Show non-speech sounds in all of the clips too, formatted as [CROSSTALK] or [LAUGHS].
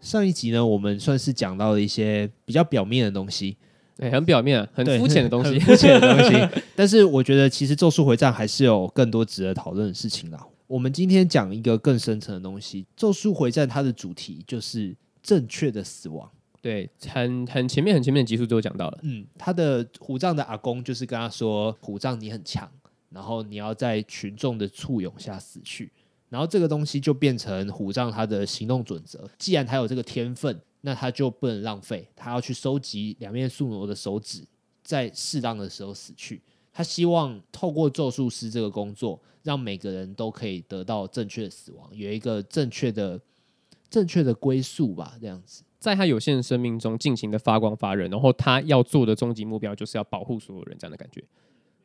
上一集呢，我们算是讲到了一些比较表面的东西，哎，很表面啊，很对肤浅的东西很。肤浅的东西。但是我觉得，其实《咒术回战》还是有更多值得讨论的事情啦。我们今天讲一个更深层的东西，《咒术回战》它的主题就是正确的死亡。 [LAUGHS] 对，很很前面很前面的集数都有讲到了。嗯，他的虎杖的阿公就是跟他说：“虎杖你很强，然后你要在群众的簇拥下死去。”然后这个东西就变成虎杖他的行动准则。既然他有这个天分，那他就不能浪费，他要去收集两面宿傩的手指，在适当的时候死去。他希望透过咒术师这个工作，让每个人都可以得到正确的死亡，有一个正确的、正确的归宿吧，这样子。在他有限的生命中尽情的发光发热，然后他要做的终极目标就是要保护所有人，这样的感觉。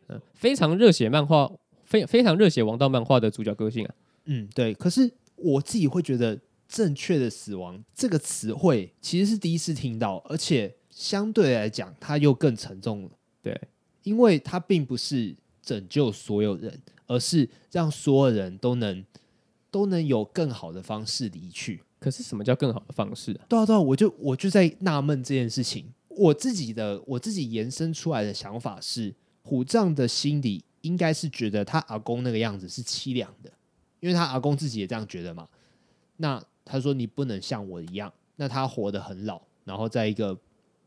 嗯，非常热血漫画，非非常热血王道漫画的主角个性啊。嗯，对。可是我自己会觉得“正确的死亡”这个词汇其实是第一次听到，而且相对来讲，它又更沉重了，对，因为它并不是拯救所有人，而是让所有人都能都能有更好的方式离去。可是什么叫更好的方式啊？对啊，对啊，我就我就在纳闷这件事情。我自己的我自己延伸出来的想法是，虎杖的心里应该是觉得他阿公那个样子是凄凉的，因为他阿公自己也这样觉得嘛。那他说你不能像我一样，那他活得很老，然后在一个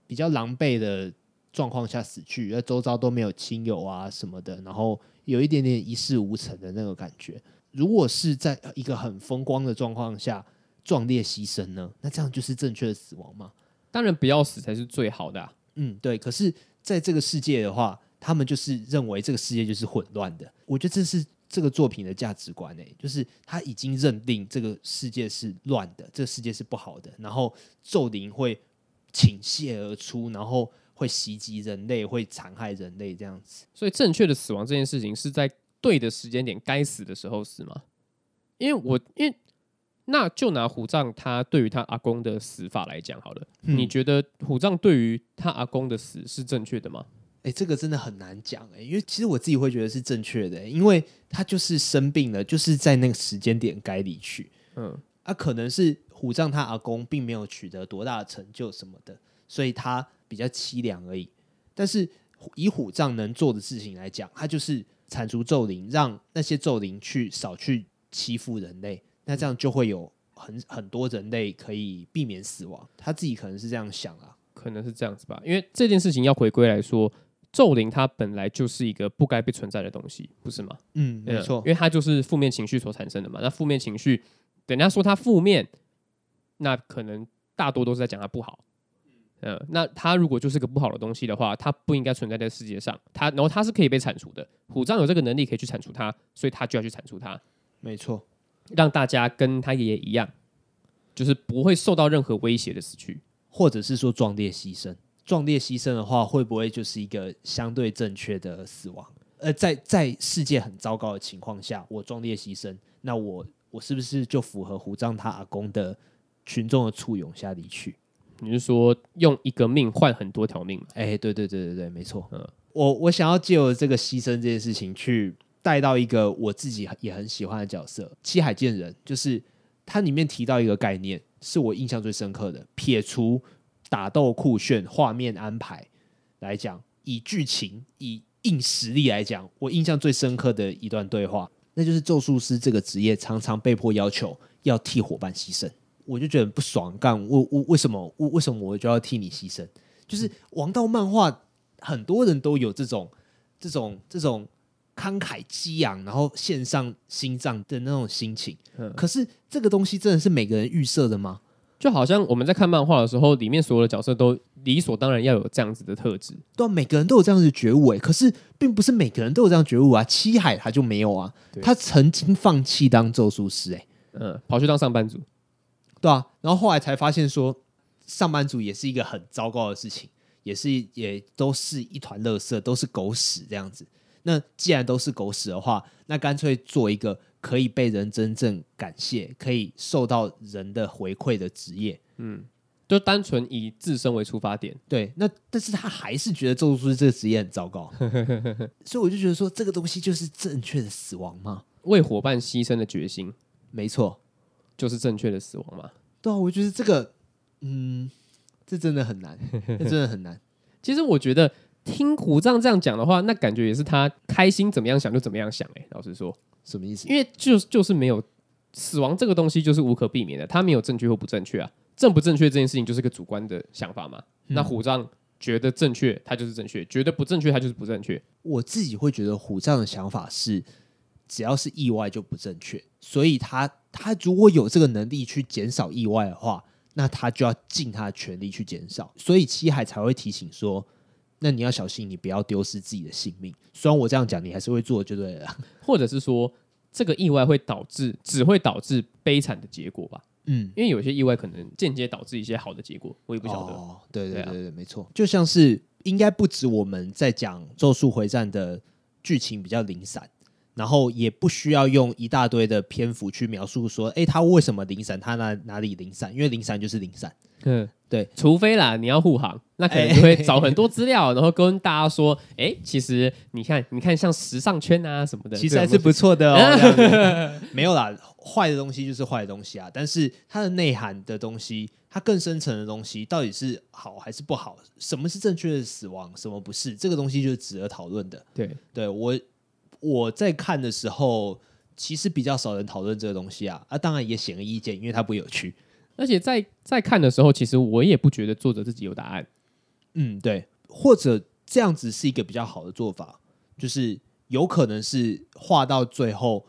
比较狼狈的状况下死去，而周遭都没有亲友啊什么的，然后有一点点一事无成的那个感觉。如果是在一个很风光的状况下，壮烈牺牲呢？那这样就是正确的死亡吗？当然不要死才是最好的、啊。嗯，对。可是在这个世界的话，他们就是认为这个世界就是混乱的。我觉得这是这个作品的价值观诶、欸就是他已经认定这个世界是乱的，这个世界是不好的，然后咒灵会倾泻而出，然后会袭击人类，会残害人类这样子。所以正确的死亡这件事情是在对的时间点该死的时候死吗？因为我因为那就拿虎杖他对于他阿公的死法来讲好了，嗯你觉得虎杖对于他阿公的死是正确的吗？哎、这个真的很难讲哎、因为其实我自己会觉得是正确的、欸因为他就是生病了，就是在那个时间点该离去。嗯，啊，可能是虎杖他阿公并没有取得多大的成就什么的，所以他比较凄凉而已。但是虎以虎杖能做的事情来讲，他就是铲除咒灵，让那些咒灵去少去欺负人类，那这样就会有很很多人类可以避免死亡。他自己可能是这样想啊，可能是这样子吧。因为这件事情要回归来说，咒灵它本来就是一个不该被存在的东西，不是吗？嗯，没嗯错，因为它就是负面情绪所产生的嘛。那负面情绪，人家说它负面，那可能大多都是在讲它不好。嗯，那它如果就是个不好的东西的话，它不应该存在在世界上。它，然后它是可以被铲除的。虎杖有这个能力可以去铲除它，所以他就要去铲除它，没错。让大家跟他爷爷一样，就是不会受到任何威胁的死去。或者是说壮烈牺牲。壮烈牺牲的话，会不会就是一个相对正确的死亡？呃，在在世界很糟糕的情况下，我壮烈牺牲，那我我是不是就符合胡章他阿公的群众的簇拥下离去？你是说用一个命换很多条命吗？哎、对对对对对，没错。嗯我我想要借由这个牺牲这件事情，去带到一个我自己也很喜欢的角色《七海剑人》，就是它里面提到一个概念，是我印象最深刻的。撇除打斗酷炫、画面安排来讲，以剧情、以硬实力来讲，我印象最深刻的一段对话，那就是咒术师这个职业常常被迫要求要替伙伴牺牲，我就觉得很不爽，干我我为什么我为什么我就要替你牺牲？就是王道漫画很多人都有这种这种这种慷慨激昂，然后献上心脏的那种心情。嗯可是这个东西真的是每个人预设的吗？就好像我们在看漫画的时候，里面所有的角色都理所当然要有这样子的特质。对、啊，每个人都有这样的觉悟欸诶、可是并不是每个人都有这样的觉悟啊。七海他就没有啊，对他曾经放弃当咒术师欸诶、嗯，跑去当上班族。对啊，然后后来才发现说，上班族也是一个很糟糕的事情，也是也都是一团垃圾，都是狗屎这样子。那既然都是狗屎的话，那干脆做一个可以被人真正感谢、可以受到人的回馈的职业。就单纯以自身为出发点，对，那但是他还是觉得咒术师这个职业很糟糕，所以我就觉得说，这个东西就是正确的死亡吗？为伙伴牺牲的决心，没错，就是正确的死亡嘛。对啊，我觉得这个嗯，这真的很难，这真的很难。其实我觉得听虎杖这样讲的话，那感觉也是他开心怎么样想就怎么样想、欸。哎，老实说，什么意思？因为就就是没有死亡这个东西就是无可避免的，他没有正确或不正确啊。正不正确这件事情就是个主观的想法嘛。那虎杖觉得正确，他就是正确；觉得不正确，他就是不正确。我自己会觉得虎杖的想法是，只要是意外就不正确，所以他他如果有这个能力去减少意外的话，那他就要尽他的全力去减少。所以七海才会提醒说，那你要小心，你不要丢失自己的性命。虽然我这样讲，你还是会做，就对了。或者是说这个意外会导致只会导致悲惨的结果吧？ [LAUGHS] 嗯，因为有些意外可能间接导致一些好的结果，我也不晓得。哦、对对对啊对对，没错，就像是应该不止我们在讲《咒术回战》的剧情比较零散，然后也不需要用一大堆的篇幅去描述说，哎，他为什么零散，他哪哪里零散？因为零散就是零散。嗯，对，除非啦，你要护航，那可能就会找很多资料，然后跟大家说，哎、其实你看，你看像时尚圈啊什么的，其实这还种是东西不错的哦。 [LAUGHS] 这样子没有啦，坏的东西就是坏的东西啊，但是它的内涵的东西，它更深层的东西，到底是好还是不好？什么是正确的死亡，什么不是？这个东西就是值得讨论的。对，对我我在看的时候，其实比较少人讨论这个东西啊，啊，当然也显而易见，因为它不有趣。而且在在看的时候，其实我也不觉得作者自己有答案。嗯，对，或者这样子是一个比较好的做法，就是有可能是画到最后，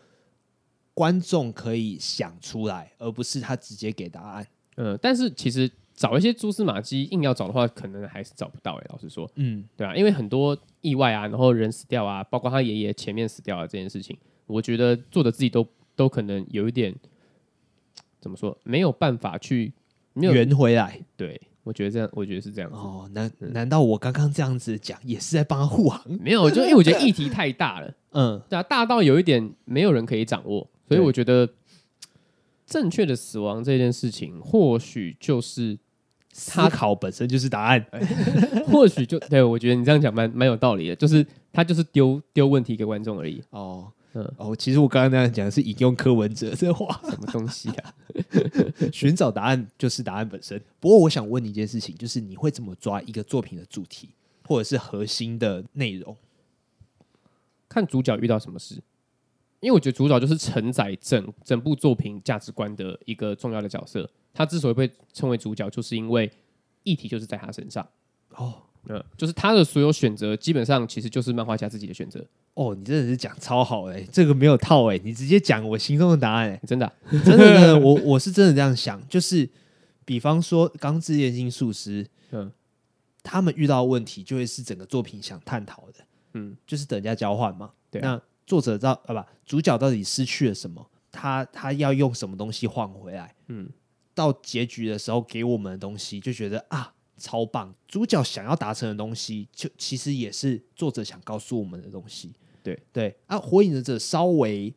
观众可以想出来，而不是他直接给答案。嗯，但是其实找一些蛛丝马迹，硬要找的话，可能还是找不到、诶老实说，嗯，对啊，因为很多意外啊，然后人死掉啊，包括他爷爷前面死掉啊这件事情，我觉得作者自己都都可能有一点怎么说，没有办法去没有圆回来对。我觉得这样，我觉得是这样子。哦，难难道我刚刚这样子讲也是在帮他护航？没有，就因为我觉得议题太大了， [LAUGHS] [LAUGHS] 嗯，那大到有一点没有人可以掌握，所以对我觉得正确的死亡这件事情，或许就是，思考本身就是答案。 [LAUGHS] 或许就对我觉得你这样讲蛮蛮有道理的，就是他就是丢丢问题给观众而已，哦，嗯哦，其实我刚刚那样讲是引用柯文哲的话。什么东西啊？寻找答案就是答案本身。不过，我想问你一件事情，就是你会怎么抓一个作品的主题或者是核心的内容？看主角遇到什么事，因为我觉得主角就是承载整整部作品价值观的一个重要的角色，他之所以被称为主角，就是因为议题就是在他身上，哦嗯，就是他的所有选择基本上其实就是漫画家自己的选择，哦，你真的是讲超好哎、这个没有套哎、你直接讲我心中的答案哎、真的啊、 [LAUGHS] 真的真的，我我是真的这样想，就是比方说《钢之炼金术师》，嗯嗯，他们遇到的问题就会是整个作品想探讨的，嗯嗯，就是等价交换嘛。对啊那作者到啊不，主角到底失去了什么？他他要用什么东西换回来？嗯嗯，到结局的时候给我们的东西，就觉得啊。超棒！主角想要达成的东西，就其实也是作者想告诉我们的东西。对对啊，火影忍者稍微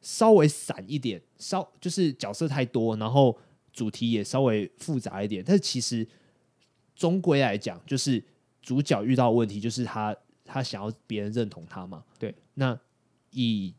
稍微散一点，稍就是角色太多，然后主题也稍微复杂一点。但是其实终归来讲，就是主角遇到的问题，就是他他想要别人认同他嘛。对，那以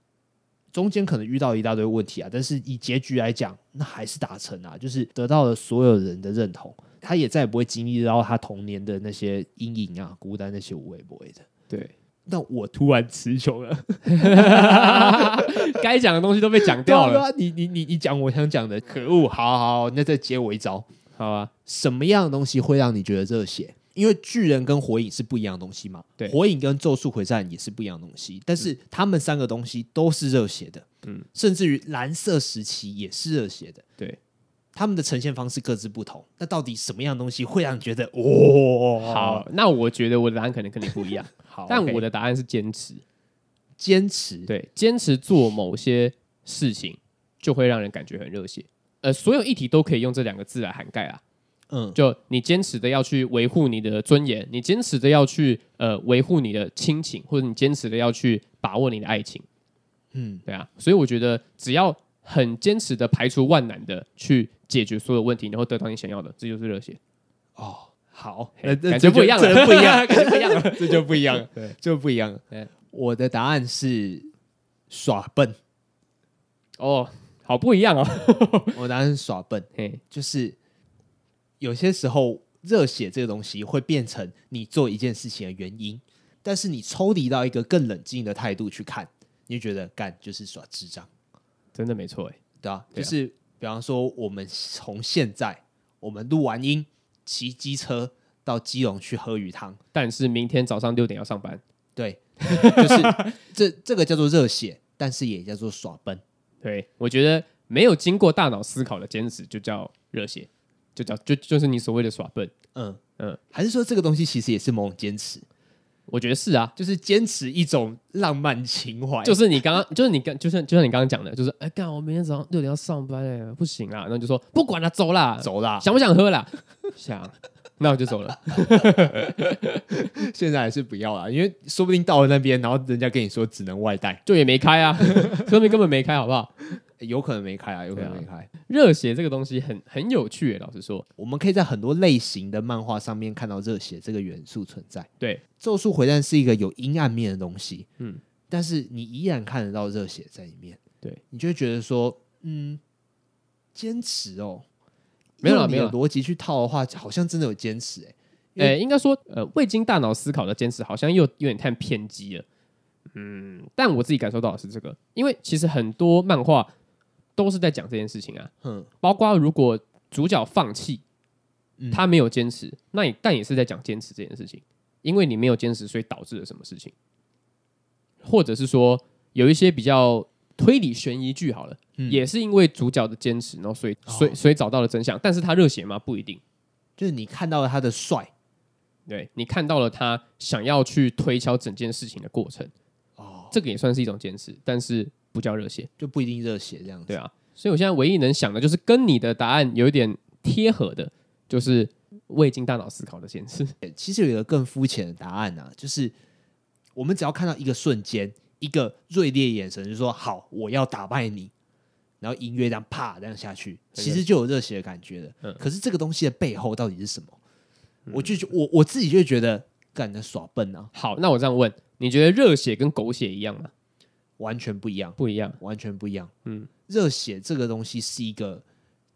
中间可能遇到一大堆问题啊，但是以结局来讲，那还是达成啊，就是得到了所有人的认同，他也再也不会经历到他童年的那些阴影啊、孤单那些无微不微的。对，那我突然词穷了。 [LAUGHS] 该讲的东西都被讲掉对了。啊，对啊你你你你讲我想讲的，可恶！好好，好那再接我一招。好啊，什么样的东西会让你觉得热血？因为巨人跟火影是不一样的东西嘛，对火影跟咒术回战也是不一样的东西，但是他们三个东西都是热血的，嗯嗯，甚至于蓝色时期也是热血的，对，他们的呈现方式各自不同，那到底什么样的东西会让你觉得哦，好，那我觉得我的答案可能跟你不一样，好，但 OK 我的答案是坚持。坚持，对，坚持做某些事情，就会让人感觉很热血。呃，所有议题都可以用这两个字来涵盖啊。嗯，就你坚持的要去维护你的尊严，你坚持的要去呃维护你的亲情，或者你坚持的要去把握你的爱情，嗯，对啊。所以我觉得只要很坚持的排除万难的去解决所有问题，然后得到你想要的，这就是热血。哦，好，那嘿那感这觉就不一样这就了，不一 [LAUGHS] 样，感觉不一样了。这就不一 [LAUGHS] 样了，对，就不一样了对。我的答案是耍笨， [LAUGHS] 哦，好不一样哦。我答案是耍笨，嘿，就是有些时候热血这个东西会变成你做一件事情的原因，但是你抽离到一个更冷静的态度去看，你就觉得干就是耍智障，真的没错哎，对啊，对就啊是比方说我们从现在我们录完音，骑机车到基隆去喝鱼汤，但是明天早上六点要上班，对， [LAUGHS] 就是这这个叫做热血，但是也叫做耍笨。对我觉得没有经过大脑思考的坚持就叫热血，就叫就就是你所谓的耍笨，嗯嗯嗯，还是说这个东西其实也是某种坚持，我觉得是啊，就是坚持一种浪漫情怀，就是你刚刚，就是你刚，就像就像你刚刚讲的，就是哎干，我明天早上六点要上班哎、不行啦，然后就说不管了，走啦，走啦。想不想喝啦？想，那我就走了。 [LAUGHS] 现在还是不要啦，因为说不定到了那边，然后人家跟你说只能外带，就也没开啊， [LAUGHS] 说明根本没开，好不好？有可能没开啊，有可能对啊没开。热血这个东西很很有趣、老实说，我们可以在很多类型的漫画上面看到热血这个元素存在。对， 《咒术回战》是一个有阴暗面的东西，嗯嗯，但是你依然看得到热血在里面。对，你就会觉得说，嗯，坚持哦，没有啦用你的没有啦逻辑去套的话，好像真的有坚持、欸。因哎、为应该说，呃，未经大脑思考的坚持，好像又有点太偏激了。嗯，但我自己感受到的是这个，因为其实很多漫画都是在讲这件事情啊，哼，包括如果主角放弃，嗯他没有坚持，那你但也是在讲坚持这件事情，因为你没有坚持，所以导致了什么事情，或者是说有一些比较推理悬疑剧好了，嗯哦也是因为主角的坚持，然后所以所以所以找到了真相，但是他热血吗？不一定。就是你看到了他的帅对你看到了他想要去推敲整件事情的过程，哦，这个也算是一种坚持，但是不叫热血，就不一定热血这样子。对啊。所以我现在唯一能想的就是跟你的答案有一点贴合的，就是未经大脑思考的坚持。其实有一个更肤浅的答案呢、啊，就是我们只要看到一个瞬间，一个锐利的眼神，就说“好，我要打败你”，然后音乐这样啪这样下去，对其实就有热血的感觉了。嗯可是这个东西的背后到底是什么？我就觉我我自己就会觉得，干的耍笨啊， [LAUGHS] 好，那我这样问，你觉得热血跟狗血一样吗？完全不一样，不一样。完全不一样。嗯，热血这个东西是一个，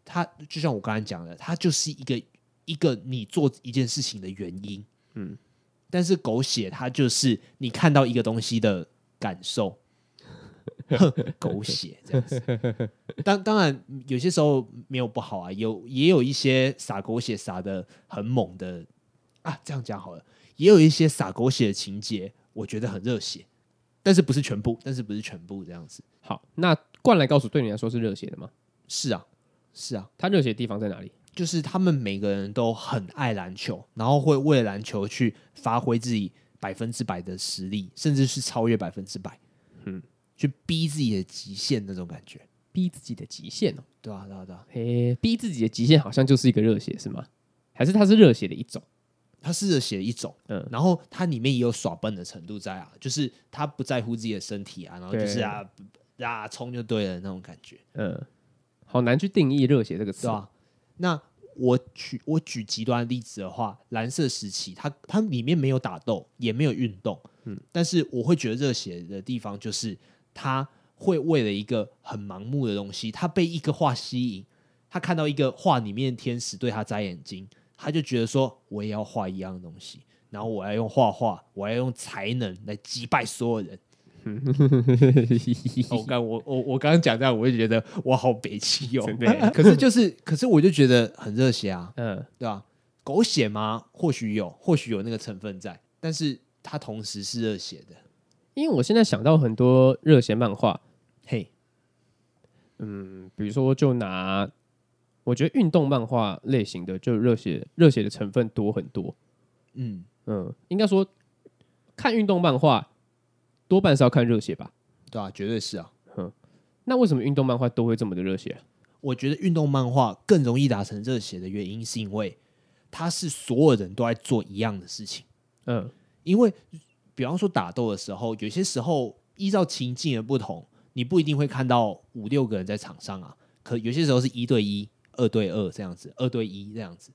它就像我刚才讲的，它就是一个一个你做一件事情的原因。嗯，但是狗血它就是你看到一个东西的感 [LAUGHS] 受，哼狗血这样子。当当然有些时候没有不好啊，有也有一些撒狗血撒的很猛的啊，这样讲好了，也有一些撒狗血的情节，我觉得很热血。但是不是全部，但是不是全部这样子。好，那灌篮高手对你来说是热血的吗？是啊，是啊，它热血的地方在哪里？就是他们每个人都很爱篮球，然后会为了篮球去发挥自己百分之百的实力，甚至是超越百分之百，嗯嗯，去逼自己的极限那种感觉。逼自己的极限哦。对啊，对啊，对啊，嘿，逼自己的极限好像就是一个热血是吗？还是它是热血的一种？它是热血的一种，嗯嗯，然后它里面也有耍笨的程度在啊，就是他不在乎自己的身体啊，然后就是啊啊冲就对了那种感觉。嗯，啊好难去定义热血这个词对。吧？那我举我举极端的例子的话，蓝色时期它它里面没有打斗，也没有运动，嗯，但是我会觉得热血的地方就是他会为了一个很盲目的东西，他被一个画吸引，他看到一个画里面的天使对他眨眼睛，他就觉得说我也要画一样的东西，然后我要用画画，我要用才能来击败所有人。哦我刚我我我刚刚讲这样，我就觉得我好北气哦 [LAUGHS] 真的耶。可是就是，可是我就觉得很热血啊， [LAUGHS] 嗯，对吧、狗血吗？或许有，或许有那个成分在，但是它同时是热血的。因为我现在想到很多热血漫画，嘿，嗯，比如说就拿，我觉得运动漫画类型的就热血热血的成分多很多。嗯，嗯，应该说看运动漫画多半是要看热血吧？对吧、绝对是啊。那为什么运动漫画都会这么的热血啊、我觉得运动漫画更容易达成热血的原因，是因为它是所有人都在做一样的事情。嗯，因为比方说打斗的时候，有些时候依照情境的不同，你不一定会看到五六个人在场上啊。可有些时候是一对一、二对二这样子，二对一这样子。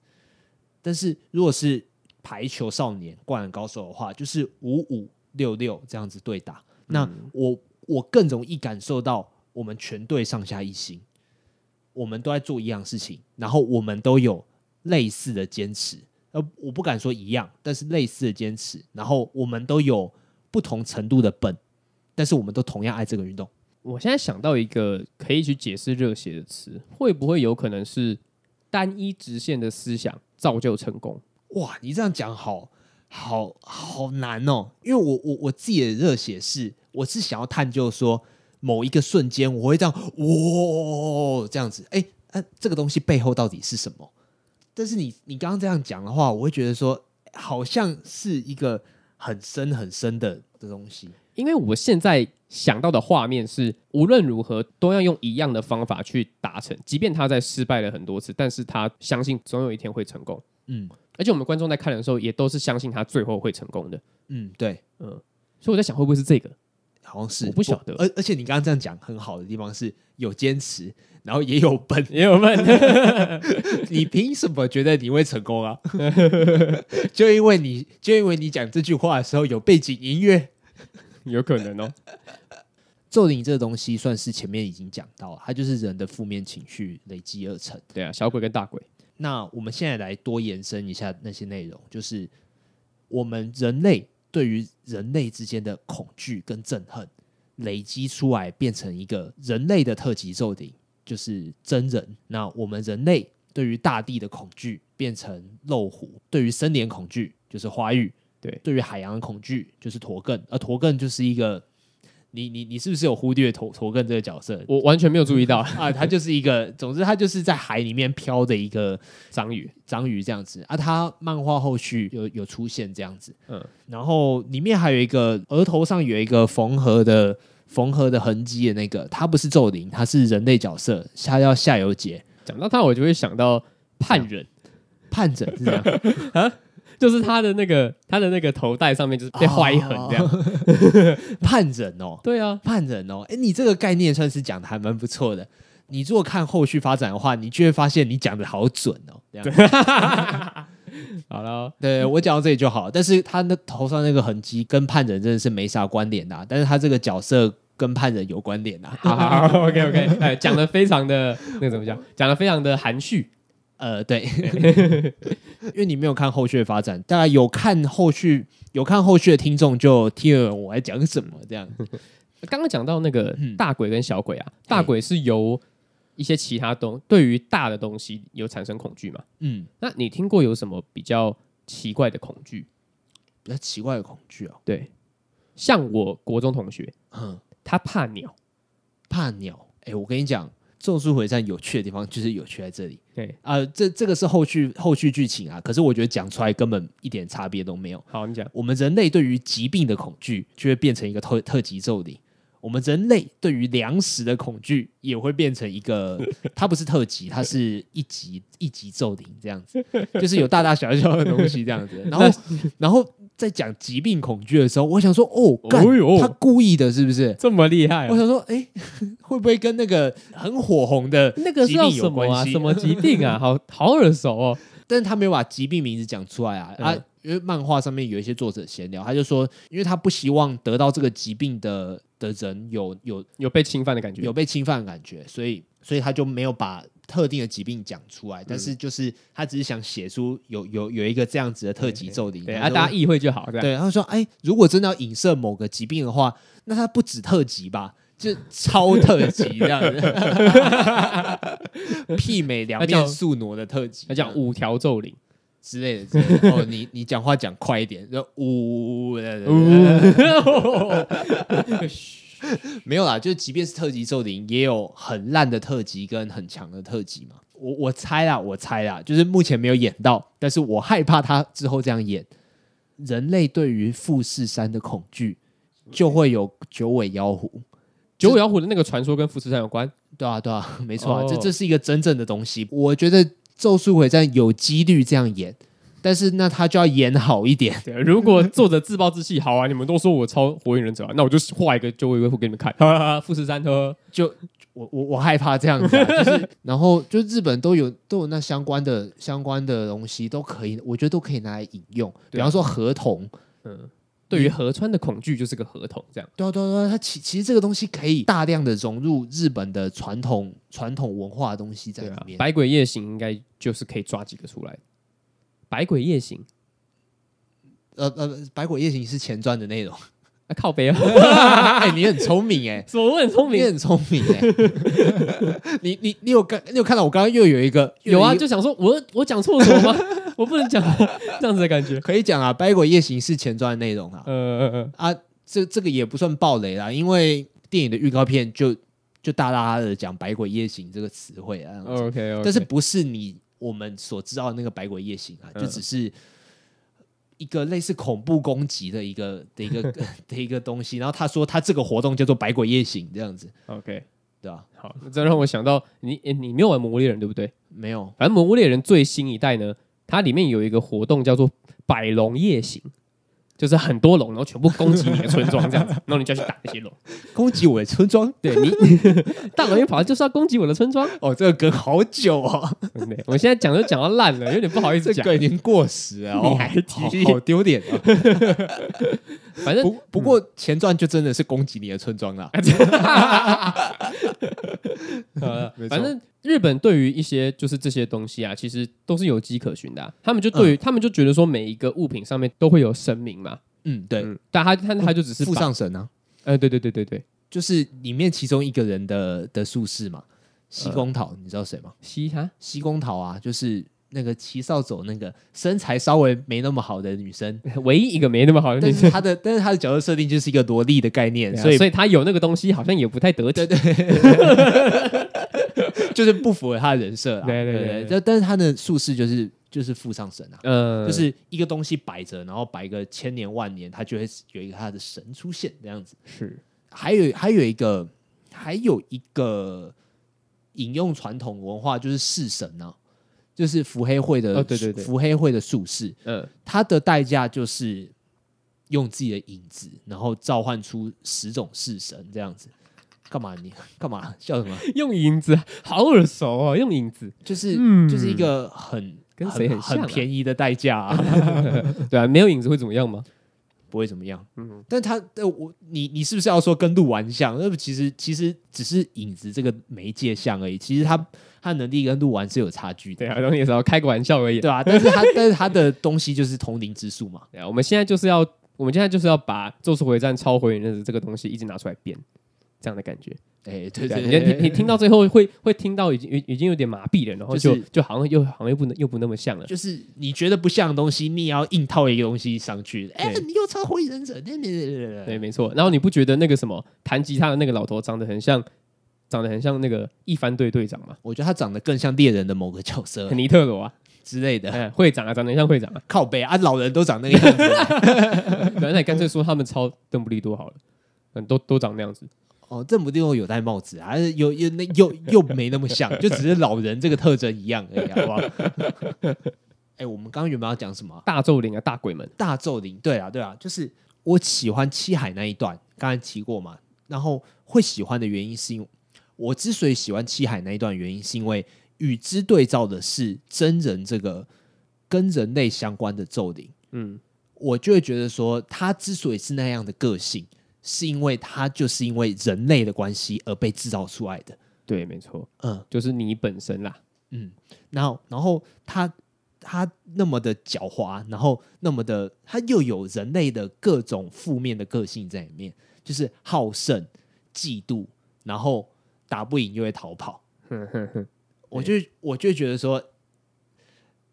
但是如果是排球少年、灌篮高手的话，就是五五六六这样子对打。那我我更容易感受到我们全队上下一心，我们都在做一样事情，然后我们都有类似的坚持，呃，我不敢说一样，但是类似的坚持。然后我们都有不同程度的笨，但是我们都同样爱这个运动。我现在想到一个可以去解释热血的词，会不会有可能是单一直线的思想造就成功？哇，你这样讲好好好难哦，因为我我我自己的热血是，我是想要探究说某一个瞬间我会这样哇这样子，哎、那、这个东西背后到底是什么？但是你你刚刚这样讲的话，我会觉得说好像是一个很深很深的的东西。因为我现在想到的画面是，无论如何都要用一样的方法去达成，即便他在失败了很多次，但是他相信总有一天会成功。嗯而且我们观众在看的时候，也都是相信他最后会成功的。嗯，对，所以我在想，会不会是这个？好像是我不晓得而而且你刚刚这样讲很好的地方是有坚持，然后也有 [LAUGHS] 笨，也有问，你凭什么觉得你会成功啊？ [LAUGHS] 就因为你就因为你讲这句话的时候有背景音乐。 [LAUGHS] 有可能哦。咒灵这个东西算是前面已经讲到了，它就是人的负面情绪累积而成。对啊，小鬼跟大鬼，那我们现在来多延伸一下那些内容，就是我们人类对于人类之间的恐惧跟憎恨累积出来，变成一个人类的特级咒灵，就是真人。那我们人类对于大地的恐惧变成漏湖，对于森林恐惧就是花玉，对对于海洋的恐惧就是驼更，而驼更就是一个。你你你是不是有忽略驼驼更这个角色我完全没有注意到 [LAUGHS] 啊？他就是一个，总之他就是在海里面飘的一个章鱼。章鱼这样子啊，他漫画后续有有出现这样子，嗯嗯，然后里面还有一个额头上有一个缝合的缝合的痕迹的那个，他不是咒灵，他是人类角色，他叫夏油杰 [LAUGHS] 讲到他，我就会想到叛人，叛者是这样， [LAUGHS] 就是他的那个他的那个头带上面就是被划一横这样。叛人哦， [LAUGHS] 对啊，叛人哦，哎，你这个概念算是讲的还蛮不错的。你如果看后续发展的话，你就会发现你讲的好准哦。这样好了，哦对我讲到这里就好，但是他那头上那个痕迹跟叛人真的是没啥关联的、但是他这个角色跟叛人有关联啊。好好好，OK OK，哎，讲的非常的那个怎么讲？讲的非常的含蓄。呃，对， [LAUGHS] 因为你没有看后续的发展，大概有看后续有看后续的听众就听了我在讲什么这样。刚刚讲到那个嗯大鬼跟小鬼啊，大鬼是由一些其他东对于大的东西有产生恐惧嘛？嗯，那你听过有什么比较奇怪的恐惧？比较奇怪的恐惧哦，对，像我国中同学，嗯，他怕鸟，怕鸟。哎，我跟你讲，《咒术回战》有趣的地方就是有趣在这里对，啊、这这个是后续后续剧情啊，可是我觉得讲出来根本一点差别都没有。好，你讲，我们人类对于疾病的恐惧就会变成一个特特级咒灵。我们人类对于粮食的恐惧也会变成一 [LAUGHS] 个，它不是特级，它是一级一级咒灵这样子，就是有大大小小的东西这 [LAUGHS] 样子。然后，然后在讲疾病恐惧的时候，我想说，哦，干哦哟，他故意的，是不是？这么厉害我想说，哎， [LAUGHS] 会不会跟那个很火红的那个是疾叫病什有么关啊？系？什么疾病啊？好好耳熟哦。但是他没有把疾病名字讲出来啊、啊嗯，因为漫画上面有一些作者闲聊，他就说，因为他不希望得到这个疾病的的人有有有被侵犯的感觉有。被侵犯的感觉，所以所以他就没有把特定的疾病讲出嗯来，但是就是他只是想写出有有有一个这样子的特级咒灵，对他啊，说大家意会就好，对吧？对，他说：“哎，如果真的要影射某个疾病的话，那它不止特级吧，就超特级这样 [LAUGHS] 子， [LAUGHS] 媲美两那叫面宿傩的特级。”那叫五条咒灵，之类的之类的。哦，你你讲话讲快一点，就呜呜呜呜没有啦，就即便是特级咒灵，也有很烂的特级跟很强的特级嘛。我我猜啦，我猜啦，就是目前没有演到，但是我害怕他之后这样演。人类对于富士山的恐惧，就会有九尾妖狐。 [LAUGHS] 九尾妖狐的那个传说跟富士山有关。对啊，对啊，没错啊，这哦这是一个真正的东西。我觉得《咒术回战》有几率这样演，但是那他就要演好一点。 [LAUGHS] 对，啊如果作者自暴自弃，好啊，你们都说我超火影忍者啊，那 [LAUGHS] 我就画一个九尾妖狐给你们看，哈哈哈，富士山呵，就我我我害怕这样子、啊，就是 [LAUGHS] 然后就日本都有都有那相关的相关的东西都可以，我觉得都可以拿来引用，比对啊方说合同，嗯，对于河川的恐惧就是个合同这样。对啊对啊对啊，它其其实这个东西可以大量的融入日本的传统传统文化的东西在对里啊，面。百鬼夜行应该就是可以抓几个出来。百鬼夜行，呃呃，百鬼夜行是前传的内容。 [LAUGHS] 啊靠北 [LAUGHS] 啊！哎、你很聪明哎、什么我很聪你明？很聪明哎、 [LAUGHS] 你你你有刚你有看到我刚刚又有一个有啊，又一个就想说我我讲错什么吗？ [LAUGHS] 我不能讲这样子的感 [LAUGHS] 觉。可以讲啊，百鬼夜行是前传的内容啊。呃，呃啊，这这个也不算暴雷啦，因为电影的预告片就就大大的讲“百鬼夜行”这个词汇啊，呃 OK，, o k 但是不是你我们所知道的那个“百鬼夜行”啊，嗯就只是一个类似恐怖攻击的一个的一 [LAUGHS] 个的一个东西。然后他说他这个活动叫做“百鬼夜行”这样子， OK，对吧？好，这让我想到你诶你没有玩《魔物猎人》对不对？没有反正《魔物猎人》最新一代呢，它里面有一个活动叫做“百龙夜行”，就是很多龙，然后全部攻击你的村庄 [LAUGHS] 这样子，然后你就要去打那些龙。攻击我的村庄对你 [LAUGHS] 大老远跑来就是要攻击我的村庄。哦，这个梗好久 [LAUGHS] 啊，对我现在讲都讲到烂了，有点不好意思这讲个。已经过时了， [LAUGHS] 你哦还好提好丢脸啊！ [LAUGHS] 反正不不过前传就真的是攻击你的村 [LAUGHS] 庄啦，呃 [LAUGHS] 没，错反正日本对于一些就是这些东西啊，其实都是有迹可循的啊、他们就对于、他们就觉得说每一个物品上面都会有神明嘛。嗯，对，嗯，但他他他就只是附把，上神啊。呃，对对对对对，就是里面其中一个人的的术士嘛，西宫桃，你知道谁吗？嘻哈西宫桃啊，就是那个骑扫帚那个身材稍微没那么好的女 [LAUGHS] 生，唯一一个没那么好的但女是生，她的但是她的角色设定就是一个萝莉的概念，对啊所以所以他有那个东西好像也不太得体。就是不符合她的人设啦。啊对对对对对，但但是她的术士就是就是附上神啊。嗯，就是一个东西摆着，然后摆个千年万年，它就会有一个它的神出现这样子。是还有还有一个还有一个引用传统文化，就是式神啊，就是伏黑会的、哦对对对伏黑会的术士，嗯它的代价就是用自己的影子，然后召唤出十种式神这样子。干嘛你 [LAUGHS] 干嘛笑什么？用影子，好耳熟哦，用影子。 [LAUGHS] 就是、嗯就是一个很跟谁很很像啊便宜的代价、啊，对啊，没有影子会怎么样吗？不会怎么样。嗯但他呃，我你你是不是要说跟鹿丸像？那不其实其实只是影子这个媒介像而已。其实他他能力跟鹿丸是有差距的，对啊，当时候开个玩笑而已。对吧、啊但是他 [LAUGHS] 但是他的东西就是通灵之术嘛，对啊，我们现在就是要，我们现在就是要把《咒术回战》《超回原子》这个东西一直拿出来编，这样的感觉。哎、对啊对你对你你你听到最后会会听到已经已经有点麻痹了，然后就就是就好像又好像又不能又不那么像了。就是你觉得不像的东西，你也要硬套一个东西上去。哎、对你又超火影忍者，对对对，对没错。然后你不觉得那个什么弹吉他的那个老头长得很像，长得很像那个一番队队长吗？我觉得他长得更像猎人的某个角 [LAUGHS] 色尼特罗啊，之类的，哎，会长啊，长得很像会长啊。靠背啊，老人都长那个样子。那你干脆说他们超邓布利多好了，嗯，都都长那样子。哦，这不定有戴帽子啊，还是有有那又又没那么像，就只是老人这个特征一样而已，好不好？ [LAUGHS] 哎、我们刚刚原本要讲什么啊？大咒灵啊，大鬼门，大咒灵，对啊，对啊，就是我喜欢七海那一段，刚才提过嘛。然后会喜欢的原因是因为，我之所以喜欢七海那一段，原因是因为与之对照的是真人这个跟人类相关的咒灵，嗯，我就会觉得说，他之所以是那样的个性，是因为他就是因为人类的关系而被制造出来的。对，没错，嗯就是你本身 [LAUGHS] 啦。嗯，然后然后他他那么的狡猾，然后那么的他又有人类的各种负面的个性在里面，就是好胜、嫉妒，然后打不赢就会逃跑。哼哼哼，我就我就觉得说，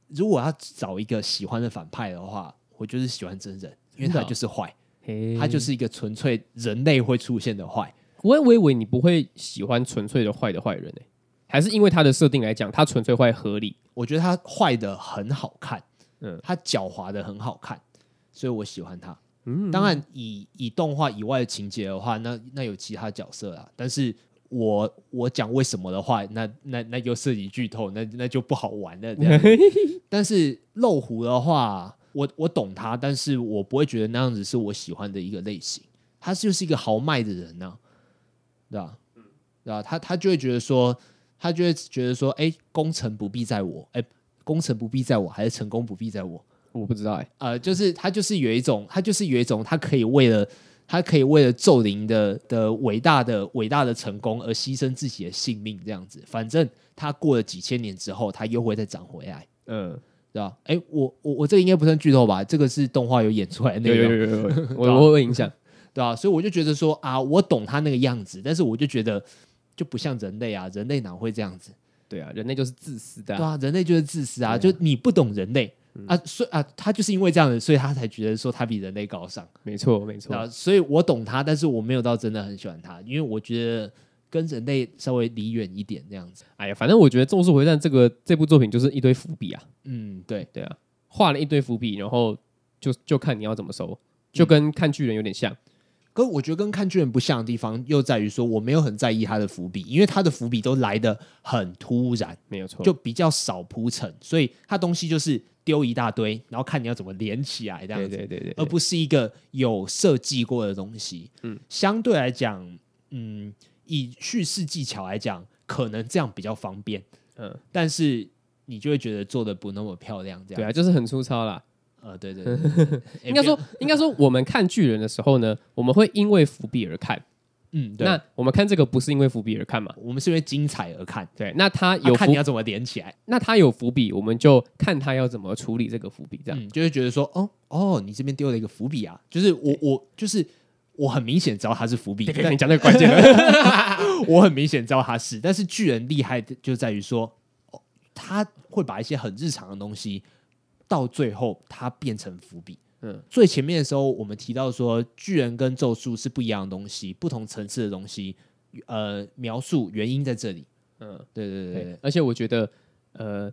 如果要找一个喜欢的反派的话，我就是喜欢真人，因为真的他哦就是坏，嘿他就是一个纯粹人类会出现的坏。我我以为你不会喜欢纯粹的坏的坏人呢、还是因为他的设定来讲，他纯粹坏合 [LAUGHS] 理？我觉得他坏的很好看，嗯他狡猾的很好看，所以我喜欢他。嗯，当然以以动画以外的情节的话，那那有其他角色啦。但是我我讲为什么的话，那那那又涉及剧透，那那就不好玩了。这样子但是漏狐的话，我我懂他，但是我不会觉得那样子是我喜欢的一个类型。他就是一个豪迈的人呐、啊对吧、对吧、他他就会觉得说，他就会觉得说，哎、功成不必在我，哎、功成不必在我，还是成功不必在我。我不知道哎、呃，就是他就是有一种，他就是有一种，他可以为了他可以为了咒灵的的伟大的伟大的成功而牺牲自己的性命，这样子。反正他过了几千年之后，他又会再长回来，嗯，对吧？哎，我我我这个应该不算剧透吧？这个是动画有演出来的内有容，有有有 [LAUGHS] 有，我我会影响。对吧、所以我就觉得说啊，我懂他那个样子，但是我就觉得就不像人类啊，人类哪会这样子？对啊，人类就是自私的对啊、啊，人类就是自私啊，对就啊嗯你不懂人类。啊，所以啊，他就是因为这样子，所以他才觉得说他比人类高尚。没错没错。啊，所以我懂他，但是我没有到真的很喜欢他，因为我觉得跟人类稍微离远一点这样子。哎呀，反正我觉得《咒术回战》这个这部作品就是一堆伏笔啊，嗯，对，对啊，画了一堆伏笔，然后就就看你要怎么收，就跟看巨人有点像。跟我觉得跟看巨人不像的地方，又在于说我没有很在意他的伏笔，因为他的伏笔都来的很突然，没有错，就比较少铺陈，所以他东西就是丢一大堆，然后看你要怎么连起来这样对子。对对对，而对不是一个有设计过的东西。嗯，相对来讲，嗯，以叙事技巧来讲，可能这样比较方便，嗯，但是你就会觉得做的不那么漂亮，这对样。啊，就是很粗糙啦。呃，对对 [LAUGHS] 对，对哎应该 [LAUGHS] 说不要，应该说，我们看巨人的时候呢，我们会因为伏笔而看。嗯，对，那我们看这个不是因为伏笔而看嘛？我们是因为精彩而看，对，那他有有啊看伏你，要怎么连起来，那他有伏笔，我们就看他要怎么处理这个伏笔，这样。嗯，就会觉得说，哦哦，你这边丢了一个伏笔啊，就是我我就是。我很明显知道他是 [LAUGHS] 伏笔，对对但 [LAUGHS] 对你讲那个关键了，我很明显知道他是，但是巨人厉害的就在于说，哦他会把一些很日常的东西，到最后他变成伏笔。嗯嗯，最前面的时候我们提到说，巨人跟咒术是不一样的东西，不同层次的东西。呃，描述原因在这里。嗯，对对对对对，。而且我觉得，呃，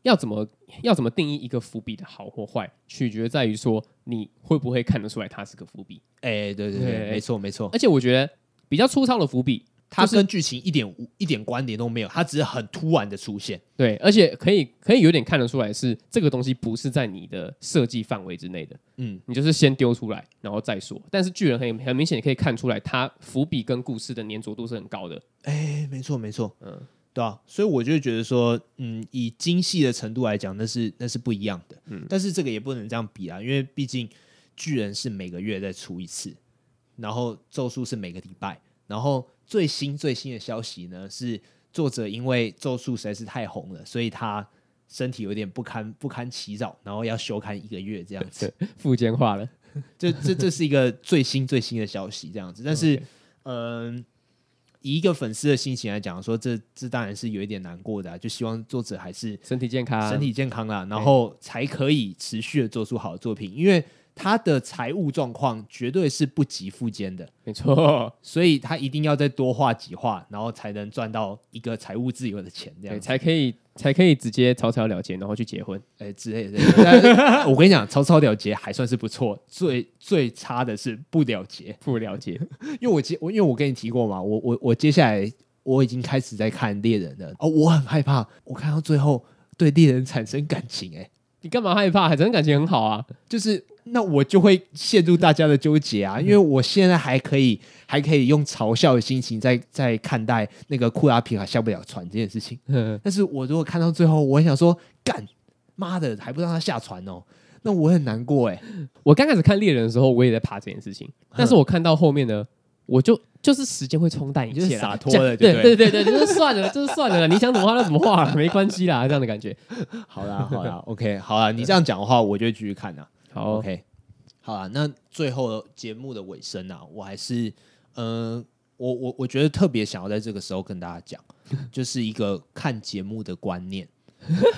要怎么要怎么定义一个伏笔的好或坏，取决在于说你会不会看得出来它是个伏笔。哎、对对对对，没错没错，而且我觉得比较粗糙的伏笔，它哎就是跟剧情一点无一点关联都没有，它只是很突然的出现。对，而且可以可以有点看得出来是这个东西不是在你的设计范围之内的，嗯，你就是先丢出来然后再说。但是巨人很很明显，你可以看出来它伏笔跟故事的粘着度是很高的。哎，没错没错，嗯嗯，对啊，所以我就觉得说，嗯，以精细的程度来讲，那是那是不一样的，嗯，但是这个也不能这样比啊，因为毕竟巨人是每个月再出一次，然后咒术是每个礼拜，然后最新最新的消息呢是作者因为咒术实在是太红了，所以他身体有点不堪不堪其扰，然后要休刊一个月这样子，附件化了，这这这是一个最新最新的消息，这样子。但是，嗯、以一个粉丝的心情来讲，说这这当然是有一点难过的、啊，就希望作者还是 [LAUGHS] 身体健康，身体健康啦，然后才可以持续的做出好的作品，因为他的财务状况绝对是不及富坚的，没错，所以他一定要再多画几画，然后才能赚到一个财务自由的钱，这样对，子，才可以才可以直接草草了结，然后去结婚。哎、之类的。但是 [LAUGHS] 我跟你讲，草草了结还算是不错，最最差的是不了结。不了结，因为我接我因为我跟你提过嘛，我我我接下来我已经开始在看猎人了哦，我很害怕，我看到最后对猎人产生感情、欸，你干嘛害怕？海豚感情很好 [LAUGHS] 啊，就是那我就会陷入大家的纠结啊，因为我现在还可以还可以用嘲笑的心情在在看待那个库拉皮卡下不了船这件事情，但是我如果看到最后，我很想说干妈的还不让他下船哦，那我很难过哎、我刚开始看猎人的时候，我也在怕这件事 [LAUGHS] 情，但是我看到后面呢，我就就是时间会冲淡一你切就是啦，洒脱了这就样对 [LAUGHS] 对对对，就是算了，就是算了，你想怎么画就怎么画啦，没关系啦，这样的感觉。 [LAUGHS] 好啦好啦，OK 好啦，你这样讲的话，我就会继续看啊。好， OK，好啦，那最后节目的尾声啊，我还是，呃，我我我觉得特别想要在这个时候跟大家讲，就是一个看节目的观念。 [LAUGHS]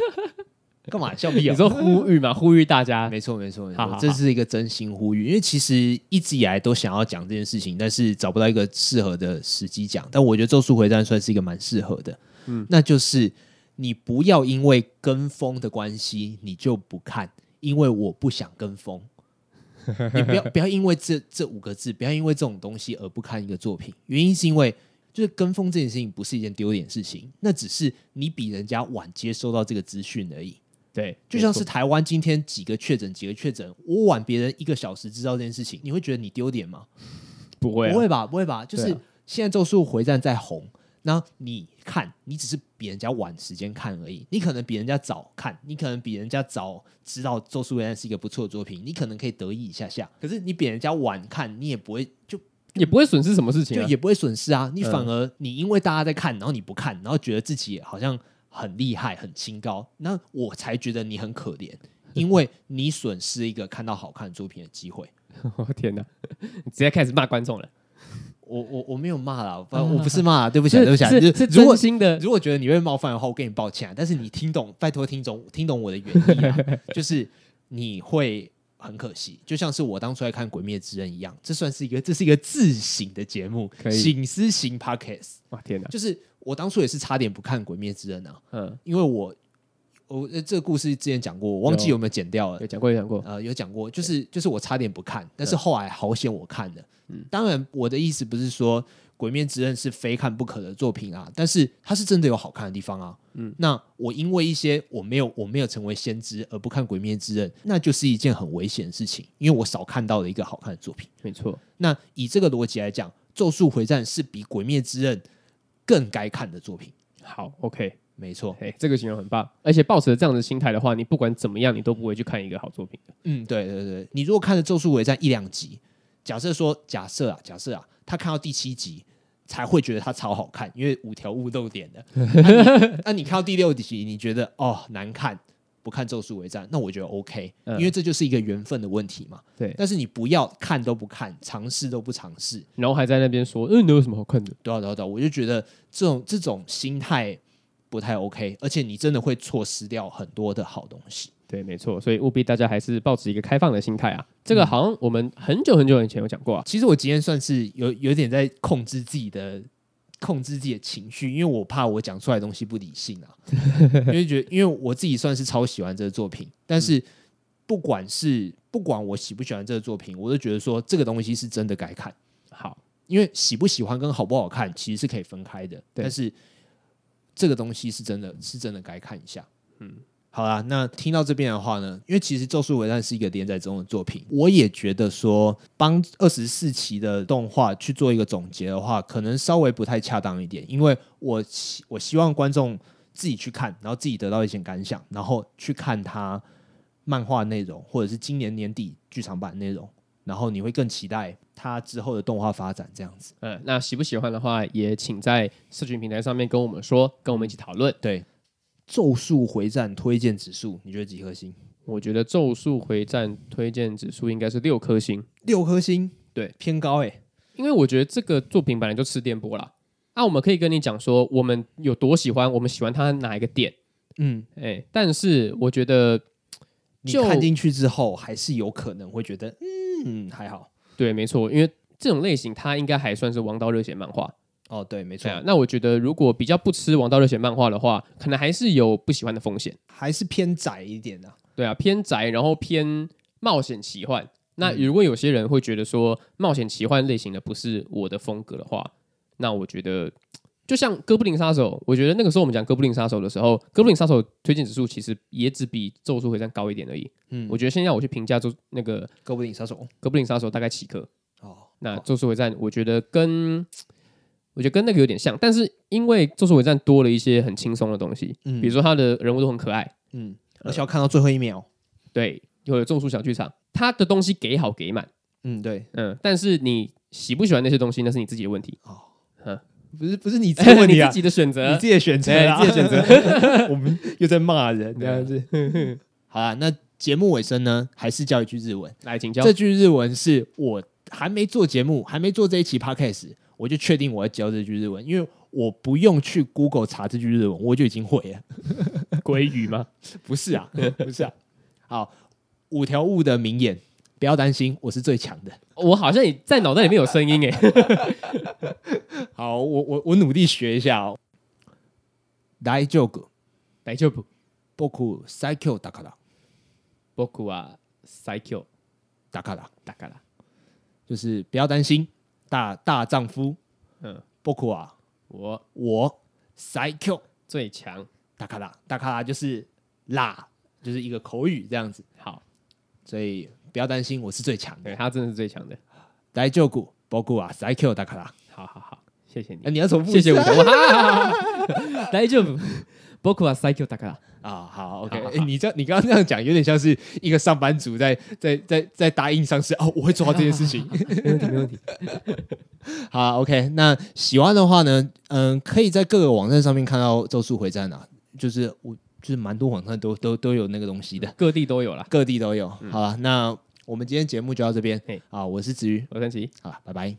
干嘛笑屁你啊？说呼吁嘛，呼吁大家，没错，没错，没好好错好，这是一个真心呼吁。因为其实一直以来都想要讲这件事情，但是找不到一个适合的时机讲。但我觉得《咒术回战》算是一个蛮适合的，嗯，那就是你不要因为跟风的关系你就不看，因为我不想跟风。你不要不要因为这这五个字，不要因为这种东西而不看一个作品。原因是因为就是跟风这件事情不是一件丢脸的事情，那只是你比人家晚接收到这个资讯而已。对，就像没错是台湾今天几个确诊，几个确诊，我晚别人一个小时知道这件事情，你会觉得你丢脸吗？不会啊不会吧，不会吧？就对是啊现在《咒术回战》在红，然后你看，你只是比人家晚时间看而已。你可能比人家早看，你可能比人家早知道《咒术回战》是一个不错的作品，你可能可以得意一下下。可是你比人家晚看，你也不会就也不会损失什么事情、就啊。也不会损失啊。你反而你因为大家在看，然后你不看，然后觉得自己好像很厉害、很清高，那我才觉得你很可 [LAUGHS] 怜，因为你损失一个看到好看的作品的机会。我 [LAUGHS] 天哪，你直接开始骂观众了，我我我没有骂啦，不我不是骂啦，对不起啊，对不是起啊。是就是如果真心的，如果觉得你被冒犯的话，我跟你抱歉、啊。但是你听懂，拜托听懂，听懂我的原意、 [LAUGHS] 啊，就是你会很可惜，就像是我当初在看《鬼灭之刃》一样，这算是一个这是一个自省的节目，可以醒思型 podcast。哇天哪，就是我当初也是差点不看《鬼灭之刃》啊，嗯，因为我我呃这个故事之前讲过，我忘记有没有剪掉了有。讲过有讲过，呃，有讲过，就是就是我差点不看，但是后来好险我看了。当然我的意思不是说《鬼面之刃》是非看不可的作品啊，但是它是真的有好看的地方啊。嗯，那我因为一些我没有我没有成为先知而不看《鬼面之刃》，那就是一件很危险的事情，因为我少看到了一个好看的作品。没错，那以这个逻辑来讲，《咒术回战》是比《鬼灭之刃》更该看的作品，好，OK，没错。哎，这个形容很棒，而且抱持着这样的心态的话，你不管怎么样，你都不会去看一个好作品的，嗯，对对对，你如果看了《咒术回战》一两集，假设说假设啊假设啊，他看到第七集才会觉得它超好看，因为五条悟露点 [LAUGHS] 的。那、你那你看到第六集，你觉得哦难看，不看《咒术回战》，那我觉得 OK，、嗯因为这就是一个缘分的问题嘛。对，但是你不要看都不看，尝试都不尝试，然后还在那边说，嗯，你有什么好看的？对啊对啊对啊，我就觉得这种这种心态不太 OK，而且你真的会错失掉很多的好东西。对，没错，所以务必大家还是保持一个开放的心态啊。这个好像我们很久很久以前有讲过啊。其实我今天算是有有点在控制自己的控制自己的情绪，因为我怕我讲出来的东西不理性啊，因为觉得因为我自己算是超喜欢这个作品，但是不管是不管我喜不喜欢这个作品，我都觉得说这个东西是真的该看，好，因为喜不喜欢跟好不好看其实是可以分开的，对但是这个东西是真的是真的该看一下，嗯嗯。好啦，那听到这边的话呢，因为其实《咒术回战》是一个连载中的作品，我也觉得说帮二十四期的动画去做一个总结的话，可能稍微不太恰当一点，因为我希我希望观众自己去看，然后自己得到一些感想，然后去看它漫画内容或者是今年年底剧场版内容，然后你会更期待它之后的动画发展这样子。嗯，那喜不喜欢的话，也请在社群平台上面跟我们说，跟我们一起讨论。对，《咒术回战》推荐指数，你觉得几颗星？我觉得《咒术回战》推荐指数应该是六颗星，六颗星，对，偏高哎、因为我觉得这个作品本来就吃电波啦。啊，我们可以跟你讲说我们有多喜欢，我们喜欢它哪一个点，嗯，哎、但是我觉得你就看进去之后，还是有可能会觉得，嗯，还好。对，没错，因为这种类型它应该还算是王道热血漫画，哦，对，没错对，啊，那我觉得如果比较不吃王道热血漫画的话，可能还是有不喜欢的风险。还是偏窄一点的、对啊，偏宅，然后偏冒险奇幻。那嗯如果有些人会觉得说冒险奇幻类型的不是我的风格的话，那我觉得就像《哥布林杀手》，我觉得那个时候我们讲《哥布林杀手》的时候，《哥布林杀手》推荐指数其实也只比《咒术回战》高一点而已。嗯，我觉得现在我去评价咒那个《哥布林杀手。哥布林杀手》大概七颗，哦，那《哦咒术回战》，我觉得跟我觉得跟那个有点像，但是因为《咒术回战》多了一些很轻松的东西，嗯比如说它的人物都很可爱，嗯，而且要看到最后一秒。对，又有种树小剧场，它的东西给好给满，嗯，对。嗯，但是你喜不喜欢那些东西，那是你自己的问题，哦嗯，不是不 [LAUGHS] 是你自己的问 [LAUGHS] 你题啊自，己的选择你。自己的选择对啊，你自己的择。 [LAUGHS] 啊我们又在骂人这样子。 [LAUGHS] 好啦，那节目尾声呢，还是教一句日文。来，请教这句日文是我还没做节目，还没做这一期 podcast，我就确定我要教这句日文，因为我不用去 Google 查这句日文，我就已经会了。鲑鱼吗？ [LAUGHS] 不是啊，不是啊。好，五条悟的名言，不要担心，我是最强的。我好像也在脑袋里面有声音欸诶。好，我我我努力学一下哦。大丈夫、 [LAUGHS] 大丈夫，僕最強だから、僕は最強だから，だから。就是不要担心，大大丈夫、嗯，僕は我我最強最强。大卡拉，大卡拉就是啦，就是一个口语这样子，好，所以不要担心，我是最强对的。他真的是最强的。来救谷，包谷啊，塞 Q 大卡拉，好好好，谢谢你啊、，你要重复一谢次谢啊，我的，哇， [LAUGHS] 大丈夫，僕は最強だから。 [LAUGHS] 啊，好，OK，好好诶你这你刚刚这样讲，有点像是一个上班族在在在在答应上司哦，我会做到这件事情。 [LAUGHS] 没问题，没问题。 [LAUGHS] 好，OK，那喜欢的话呢，嗯，可以在各个网站上面看到《咒术回战》啊，就是我就是蛮多网站都都都有那个东西的，各地都有啦。各地都有。好了，那我们今天节目就到这边嘿啊，我是子瑜，我三奇。好，拜拜。